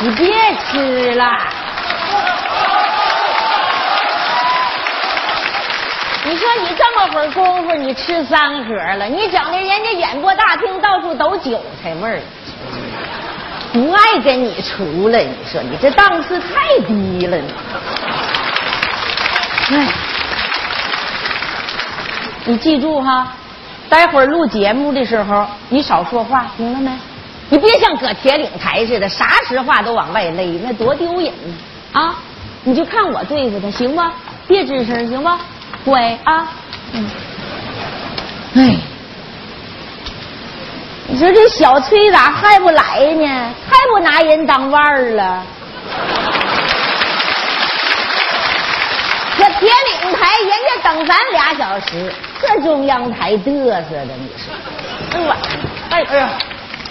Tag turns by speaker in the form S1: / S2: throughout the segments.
S1: 你别吃了，你说你这么会儿功夫，你吃三盒了，你整的人家演播大厅到处都韭菜味儿，不爱跟你处了。你说你这档次太低了，你。哎，你记住哈，待会儿录节目的时候你少说话，明白没？你别像搁铁岭台似的，啥实话都往外勒，那多丢人啊！啊，你就看我对付他行吗？别吱声行吗？乖啊！嗯，哎，你说这小崔咋还不来呢？太不拿人当腕儿了。这铁岭台人家等咱俩小时，这中央台嘚瑟的，你说？哎呦我，哎
S2: 哎呀，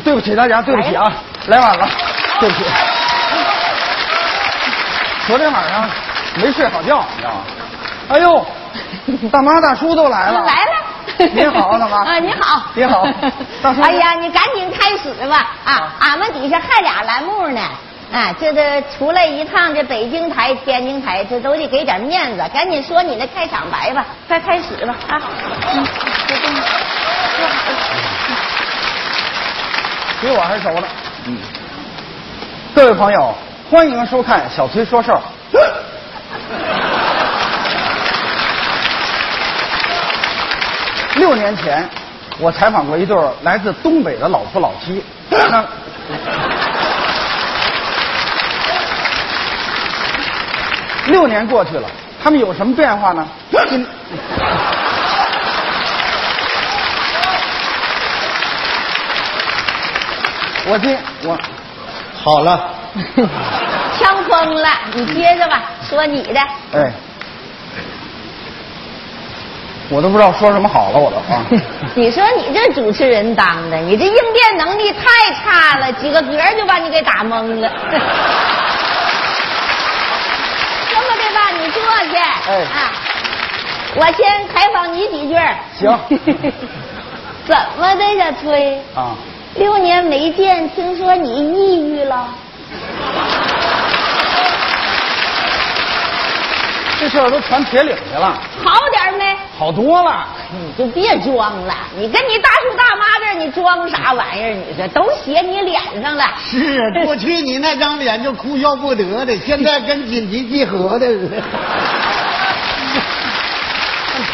S2: 对不起大家，对不起啊，来晚了，对不起。昨天晚上没睡好觉，你知道吗？哎 呦，大妈大叔都来了，
S1: 来了。
S2: 您好，大 妈。
S1: 啊，你好。
S2: 你好，大叔。
S1: 哎呀，你赶紧开始吧！啊，俺们底下还俩栏目呢。啊，这这出来一趟，这北京台、天津台，这都得给点面子。赶紧说你那开场白吧，快开始吧啊！嗯，就这么说好了。
S2: 比我还熟呢。嗯。各位朋友，欢迎收看小崔说事儿。六年前，我采访过一对儿来自东北的老夫老妻。那六年过去了，他们有什么变化呢？今我今我好了，
S1: 枪崩了，你接着吧，说你的。
S2: 哎，我都不知道说什么好了，我都啊。
S1: 你说你这主持人当的，你这应变能力太差了，几个嗝儿就把你给打懵了。 这么的吧，你坐下。
S2: 哎
S1: 啊，我先采访你几句儿。
S2: 行
S1: 怎么的，小崔？
S2: 啊，
S1: 六年没见，听说你抑郁了。
S2: 这事儿都传铁岭去了，
S1: 好点儿没？
S2: 好多了。
S1: 你就别装了，你跟你大叔大妈这儿你装啥玩意儿？你这都写你脸上了。
S3: 是啊 过去你那张脸就哭笑不得的，现在跟紧急集合的似的。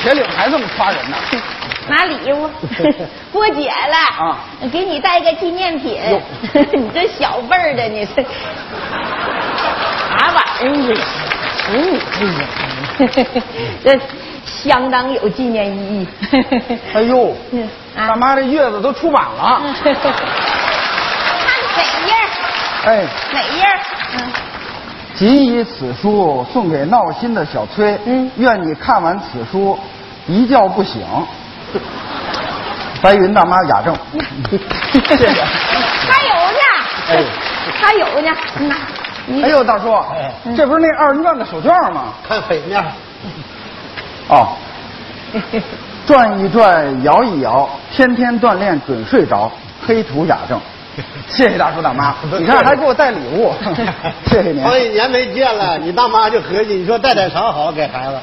S2: 铁岭还这么夸人呢？
S1: 拿礼 物，过节了
S2: 啊
S1: 给你带个纪念品。 你这小辈儿的，你 这啥玩意儿？你这是你
S3: 啊
S1: 这是，这相当有纪念意义。
S2: 哎呦，
S1: 嗯啊
S2: 大妈这月子都出版 了。
S1: 看哪页儿？
S2: 哎，
S1: 哪页儿？
S2: 谨以此书送给闹心的小崔。
S1: 嗯
S2: 愿你看完此书一觉不 醒。白云大妈雅正，谢谢。
S1: 还有呢？
S2: 哎
S1: 还有呢？嗯你
S2: 哎呦，大叔
S3: 哎，
S2: 这不是那二人转的手绢吗？
S3: 看北面，
S2: 哦， 转一转，摇一摇，天天锻炼准睡着，黑土雅 正。谢谢大叔大 妈，你看还给我带礼 物，谢谢您。
S3: 好几年没见了，你大妈就合计，你说带点啥好给孩子？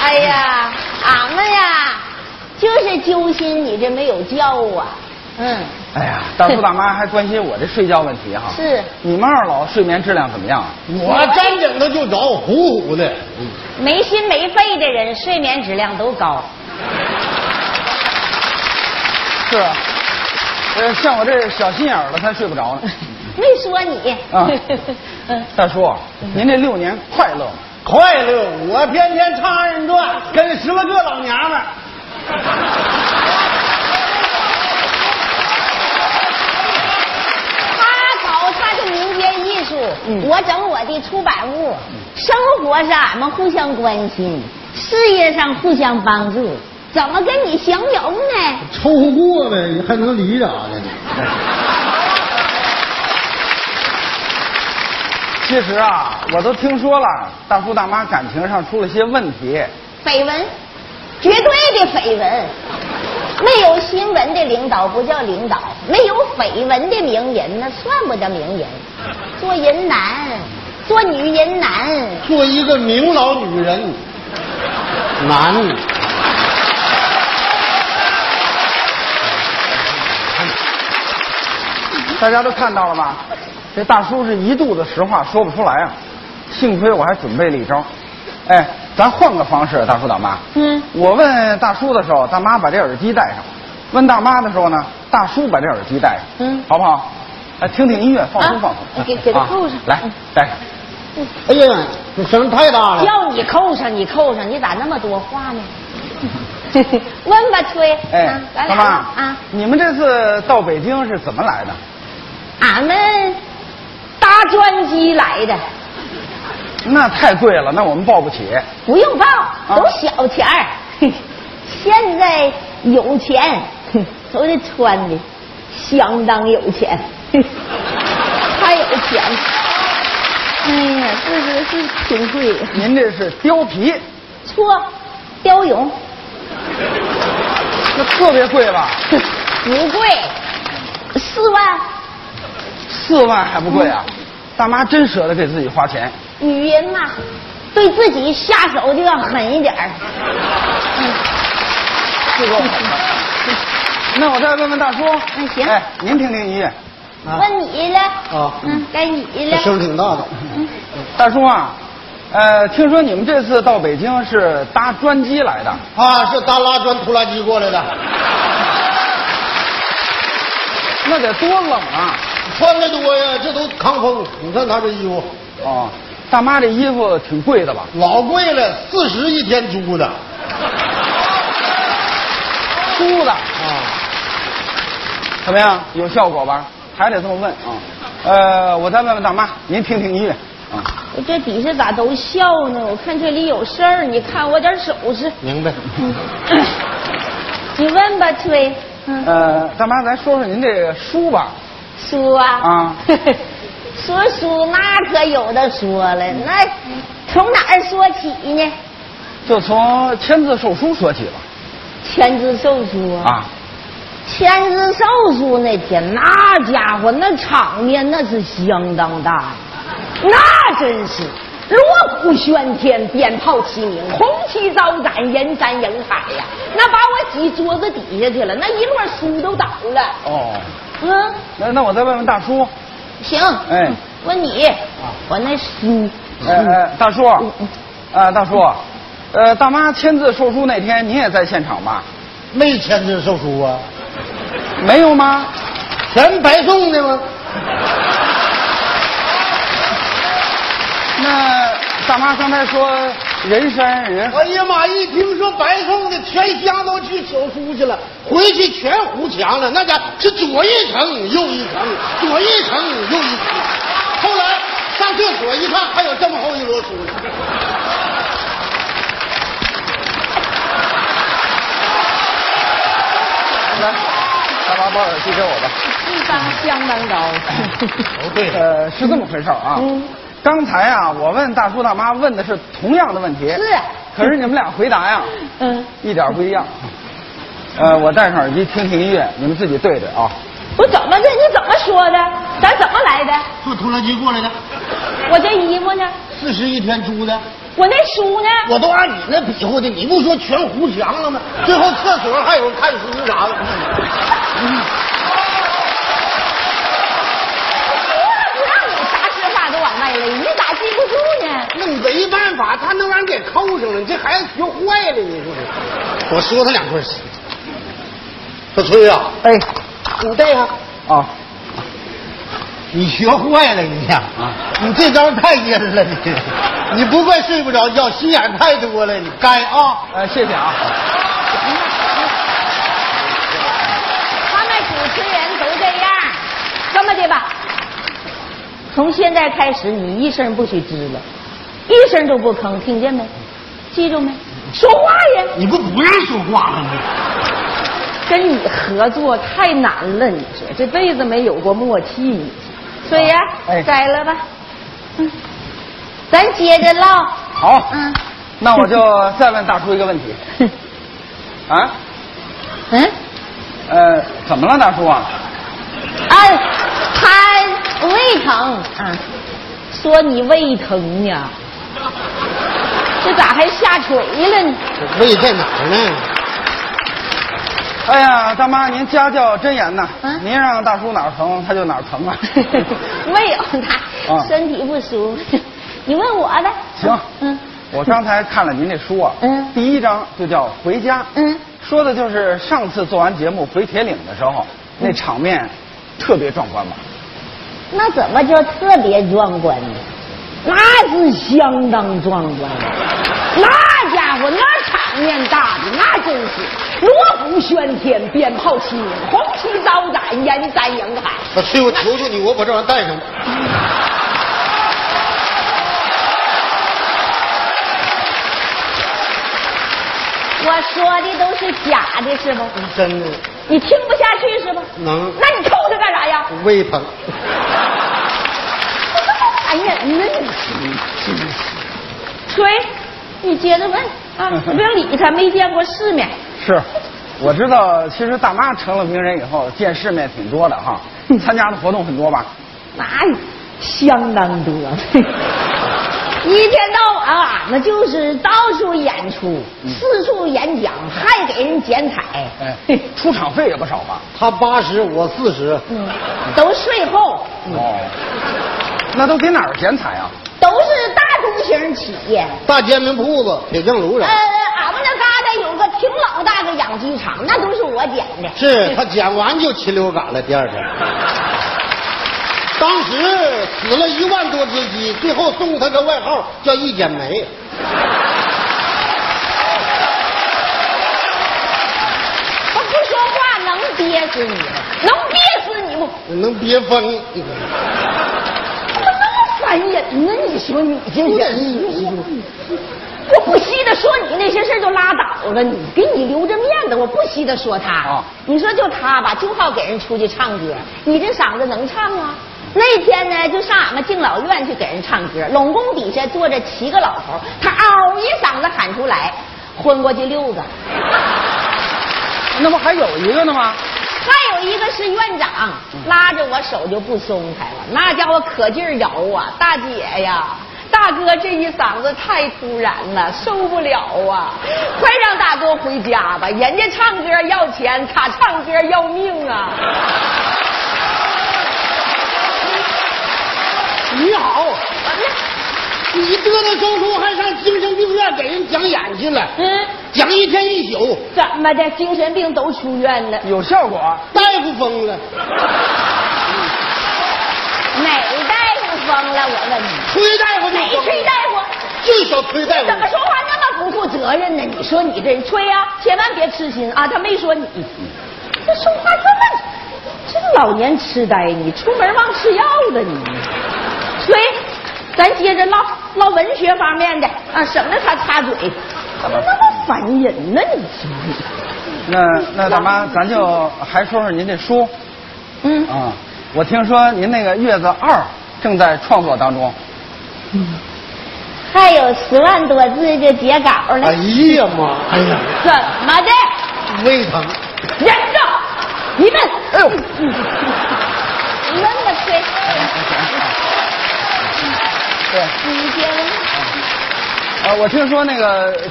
S1: 哎呀，俺们呀，就是揪心你这没有觉啊。嗯，
S2: 哎呀，大叔大妈还关心我这睡觉问题哈。
S1: 是
S2: 你们二老睡眠质量怎么样啊？
S3: 我沾枕头就着，呼呼的。
S1: 没心没肺的人睡眠质量都高。
S2: 是啊，呃，像我这小心眼儿的才睡不着呢。
S1: 没说你
S2: 啊
S1: 嗯，
S2: 大叔，您这六年快乐吗？
S3: 快乐，我天天唱二人转，跟十来个老娘们儿。
S1: 他搞他的民间艺术，我整我的出版物。生活上俺们互相关心，事业上互相帮助，怎么跟你形容呢？
S3: 凑合过呗，你还能离啥呢？
S2: 其实啊，我都听说了，大叔大妈感情上出了些问题。
S1: 绯闻，绝对的绯闻。没有新闻的领导不叫领导，没有绯闻的名人那算不得名人。做人难，做女人难。
S3: 做一个明老女人难。
S2: 大家都看到了吧？这大叔是一肚子实话说不出来啊。幸亏我还准备了一招。哎，咱换个方式，大叔大妈。
S4: 嗯
S2: 我问大叔的时候，大妈把这耳机戴上；问大妈的时候呢，大叔把这耳机戴上。
S4: 嗯
S2: 好不好？来听听音乐，放松
S4: 啊
S2: 放
S4: 你
S2: 松。
S4: 给给他
S2: 啊
S4: 扣上
S2: 来
S4: 嗯，
S2: 戴 上。
S3: 哎呀，这声太大了。
S4: 叫你扣上，你扣上，你咋那么多话呢？
S1: 问吧，崔，
S2: 哎
S1: 啊，咱
S2: 大
S1: 俩
S2: 妈
S1: 啊，
S2: 你们这次到北京是怎么来的？
S1: 俺们
S4: 搭专机来的，
S2: 那太贵了，那我们报不起。
S1: 不用报，都小钱儿。 现在有钱， 都得穿的相当有钱， 太有钱。哎呀，这个是挺贵的。
S2: 您这是貂皮，
S1: 错，貂绒
S2: 那特别贵吧？
S1: 不贵，四万。
S2: 四万还不贵啊？大妈真舍得给自己花钱。
S1: 女人呐、对自己下手就要狠一点儿。
S2: 这个我懂了。那我再问问大叔。
S1: 嗯行
S2: 哎，您听听音乐。
S3: 啊
S1: 问你了，
S3: 哦
S1: 嗯，该你
S3: 这
S1: 了。
S3: 声挺 大的。
S2: 大叔啊，呃，听说你们这次到北京是搭专机来的，
S3: 啊，是搭拉砖拖拉机过来的，
S2: 那得多冷啊！
S3: 穿的多呀，这都抗风。你看他这衣服，
S2: 哦，大妈这衣服挺贵的吧？
S3: 老贵了，四十一天租的。
S2: 租的，
S3: 啊，
S2: 怎么样？有效果吧？还得这么问啊、呃，我再问问大妈，您听听音乐啊、
S1: 我这底下咋都笑呢？我看这里有事儿，你看我点首饰。
S3: 明白。
S1: 你问吧，崔。嗯，
S2: 呃，大妈，咱说说您这个书吧。
S1: 叔啊，
S2: 啊
S1: 说书那可有的说了，那从哪儿说起呢？
S2: 就从签字售书说起吧。
S1: 全资售书啊
S2: 啊，
S1: 签字售书那天，那家伙那场面那是相当大呀，那真是锣鼓喧天，鞭炮齐鸣，红旗招展，人山人海呀，那把我挤桌子底下去了，那一摞书都倒了。
S2: 哦，
S1: 嗯，
S2: 那那我再问问大叔，
S1: 行，
S2: 哎
S1: 问你，我那书，
S2: 哎哎，大叔，呃，大叔，呃，大妈签字售书那天您也在现场吧？
S3: 没签字售书啊，
S2: 没有吗？
S3: 全白送的吗？
S2: 那大妈刚才说人山人海，
S3: 哎呀妈！一听说白送的，全乡都去求书去了，回去全糊墙了。那家是左一层右一层，左一层右一层。后来上厕所一看，还有这么厚一摞书呢。
S2: 来，大妈把耳机给我吧。
S4: 智商相当高。
S3: 哦，对
S2: 呃，是这么回事儿啊。刚才啊，我问大叔大妈问的是同样的问题，
S1: 是
S2: 可是你们俩回答呀，
S4: 嗯，
S2: 一点儿不一样。呃，我戴上耳机听听音乐，你们自己对对啊。
S4: 我怎么的？你怎么说的？咱怎么来的？
S3: 坐拖拉机过来的，
S4: 我这衣服呢？
S3: 四十一天租的，
S4: 我那书呢？
S3: 我都按你那比划的，你不说全糊墙了吗？最后厕所还有人看书啥的。
S4: 不让你啥实话都往外勒，你咋记不住呢？
S3: 那你没办法，他能让你给扣上了，你这孩子学坏了，你说是？我说他两句，说崔啊，
S2: 哎，
S3: 你这样，
S2: 啊，
S3: 你学坏了你呀、
S2: 啊
S3: 你这招太阴了你，你不怪睡不着觉，心眼太多了，你该啊。
S2: 呃，谢谢啊。
S1: 他们主持人都这样。这么的吧，
S4: 从现在开始，你一声不许吱了，一声都不吭，听见没？记住没？说话呀！
S3: 你不不让说话了吗？
S4: 跟你合作太难了，你说这辈子没有过默契，你说所以呀、
S2: 哎
S4: 摘了吧。嗯
S1: 咱接着唠。
S2: 好，
S1: 嗯，
S2: 那我就再问大叔一个问题，啊，
S1: 嗯，
S2: 呃，怎么了，大叔啊？
S1: 哎，他胃疼啊，
S4: 说你胃疼 呢，
S1: 这咋还下垂了 呢？
S3: 这胃在哪儿呢？
S2: 哎呀，大妈，您家教真严呐！
S1: 嗯
S2: 您让大叔哪儿疼，他就哪儿 疼啊。
S1: 没有，
S2: 啊
S1: 哦他身体不舒服。 你问我的。
S2: 行，
S1: 嗯
S2: 我刚才看了您这书啊，
S1: 嗯
S2: 第一章就叫《回家》，
S1: 嗯，
S2: 说的就是上次做完节目回铁岭的时候，
S1: 嗯
S2: 那场面特别壮观吧？
S1: 那怎么叫特别壮观呢？那是相当壮观，那家伙那场面大的那真是锣鼓喧天，鞭炮齐鸣，红旗招展，烟山迎海。
S3: 老崔，我求求你，我把这玩意儿带上吧。
S1: 我说的都是假的，是不？
S3: 真的
S1: 你听不下去是不？
S3: 能
S1: 那你扣他干啥呀？
S3: 胃疼，
S1: 哎呀，那你
S4: 吹，你接着问啊，你不要理他，没见过世面。
S2: 是，我知道，其实大妈成了名人以后，见世面挺多的哈，
S1: 嗯
S2: 参加的活动很多吧？
S1: 那相当多，一天到晚啊，那就是到处演出，四处演讲，还给人剪彩，
S2: 哎，出场费也不少吧？
S3: 他八十，我四十，
S1: 嗯，都税后，
S2: 哦，那都给哪儿剪彩啊？
S1: 都是大中型企业。
S3: 大煎饼铺子、铁匠炉
S1: 呃，
S3: 上。
S1: 俺们那旮瘩有个挺老大的养鸡场，那都是我捡的。
S3: 是他剪完就禽流感了，第二天。当时死了一万多只鸡，最后送他个外号叫“一剪梅
S1: 他不说话能憋死你吗？能憋死你吗？”，
S3: 能憋疯。
S1: 怎么那么烦人呢？你说你这人，我不稀得说你那些事儿就拉倒了，你给你留着面子，我不稀得说他。
S2: 啊
S1: 你说就他吧，就好给人出去唱歌，你这嗓子能唱啊？那天呢，就上俺们敬老院去给人唱歌，拢共底下坐着七个老头，他嗷一嗓子喊出来，昏过去六个，
S2: 那不还有一个呢吗？
S1: 还有一个是院长，拉着我手就不松开了，那家伙可劲儿摇啊，大姐呀，大哥这一嗓子太突然了，受不了啊，快让大哥回家吧，人家唱歌要钱，他唱歌要命啊。
S3: 你好，你得了中风还上精神病院给人讲演去了，
S1: 嗯，
S3: 讲一天一宿，
S1: 怎么的？精神病都出院了，
S2: 有效果啊？
S3: 大夫疯了，
S1: 哪大夫疯了？我问你，
S3: 崔大夫
S1: 哪
S3: 就
S1: 哎
S3: 疯
S1: 崔
S3: 了，
S1: 大夫？
S3: 就小崔大
S1: 怎么
S3: 夫。
S1: 说话那么不负责任呢？你说你这人吹啊，千万别痴心啊！他没说你，这说话这么，这老年痴呆，你出门忘吃药了你。吹，咱接着唠唠文学方面的啊，省得他插嘴。怎么那么烦人呢？你说你，
S2: 那那大妈，咱就还说说您这书
S1: 嗯
S2: 啊、我听说您那个《月子二》正在创作当中。
S1: 还有十万多字就截稿
S3: 哎呀妈，哎呀，
S1: 怎么的？
S3: 胃疼。
S1: 忍着，你们，哎呦， 你们吧，吹。
S2: 对，
S1: 你先问，
S2: 呃，我听说那个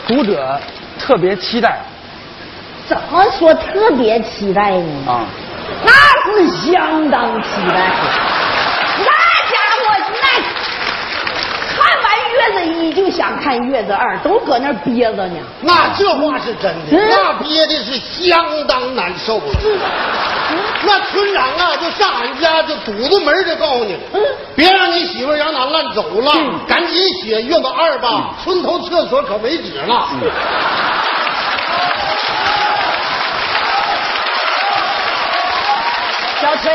S2: 读者特别期待
S1: 怎么说特别期待呢？
S2: 啊，
S1: 那是相当期待。那家伙那看完月子一就想看月子二，都搁那儿憋着呢。
S3: 那这话是真的，
S1: 嗯
S3: 那憋的是相当难受啊。那村长啊，就上俺家就堵着门儿就告诉你，
S1: 嗯
S3: 别让你媳妇儿让她烂走了，赶紧写月子二吧，村头厕所可没纸了。
S1: 小崔，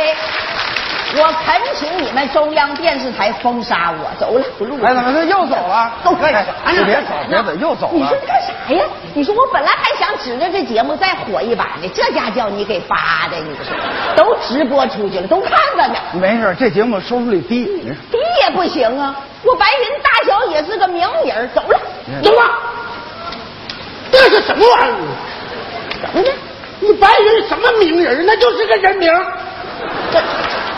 S1: 我恳请你们中央电视台封杀我，走了，不录了。
S2: 哎，怎么他又走了？
S1: 啊都干啥？
S2: 哎别走，别走，又走
S1: 啊你说
S2: 了
S1: 你。干啥哎呀？你说我本来还想指着这节目再火一把呢，这家叫你给扒的，你说都直播出去了，都看着呢，
S2: 没事，这节目收视率低。没事
S1: 低也不行啊。我白云大小姐是个名人，走了，
S2: 嗯
S1: 走吧。
S3: 这是什么玩意儿？
S1: 么的？
S3: 哎你白云什么名人？那就是个人名。
S1: 这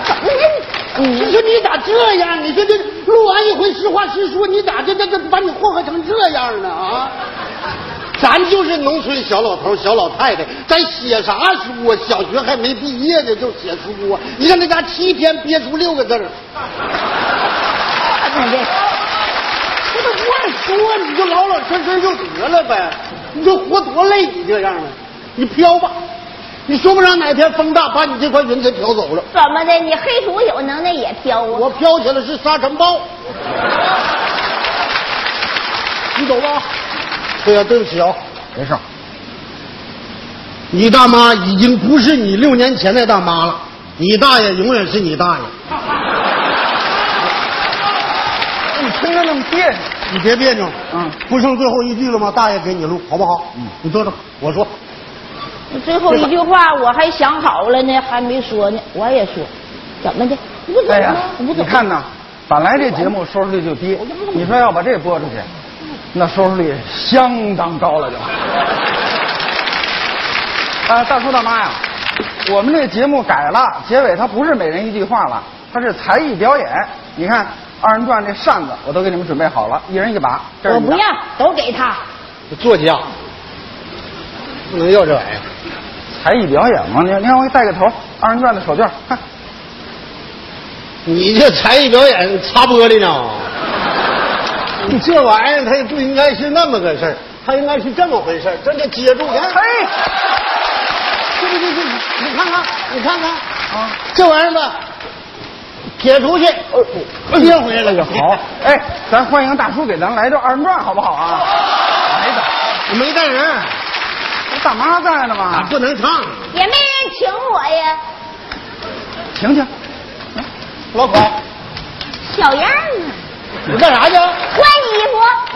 S1: 怎么的？
S3: 你说你咋这样？你说这录完一回实话实说，你咋这这这把你祸害成这样呢？啊！咱就是农村小老头、小老太太，咱写啥书啊？小学还没毕业呢就写书啊！你看那家七天憋出六个字儿，哎
S1: 那这
S3: 这都不爱说，你就老老实实就得了呗。你说活多累，你这样啊？你飘吧，你说不上哪天风大把你这块云彩飘走了。
S1: 怎么的？你黑土有能耐也飘啊？
S3: 我飘起来是沙尘 暴。你走吧。对呀、对不起啊、
S2: 没事儿，
S3: 你大妈已经不是你六年前的大妈了，你大爷永远是你大爷。
S2: 你听着那么别扭。
S3: 你别别扭，
S2: 嗯，
S3: 不剩最后一句了吗？大爷给你录，好不好？嗯，你坐着，我说，
S1: 最后一句话我还想好了呢，还没说呢。我也说，怎么的？你不走
S2: 哎呀
S1: 吗？，你不
S2: 你
S1: 走？
S2: 看呐，本来这节目收视率就低，你说要把这播出去，那收视率相当高了就。啊，大叔大妈呀，我们这节目改了，结尾它不是每人一句话了，它是才艺表演。你看二人转这扇子，我都给你们准备好了，一人一把。这是
S1: 我
S2: 你
S1: 不
S2: 的
S1: 要，都给他。
S3: 作家，不能要这玩意儿。
S2: 才艺表演嘛，你你让我给带个头，二人转的手绢，看
S3: 你这才艺表演擦玻璃呢？ 你这玩意儿，它也不应该是那么个事儿，它应该是这么回事儿，真的接住。你看，
S2: 嘿，
S3: 这这这，这你看看，你看看，
S2: 啊，
S3: 这玩意儿吧，撇出去，呃接回来了就
S2: 好，哎，咱欢迎大叔给咱来段二人转，好不好啊？来一段。
S3: 没带人儿，
S2: 大妈在呢
S3: 啊，
S2: 吗？
S3: 不能唱。
S1: 也没人请我呀，
S2: 婷婷，
S3: 老孔，
S1: 小样儿啊，
S3: 你干啥去？
S1: 换衣服。
S3: 哎
S1: 哎
S3: 哎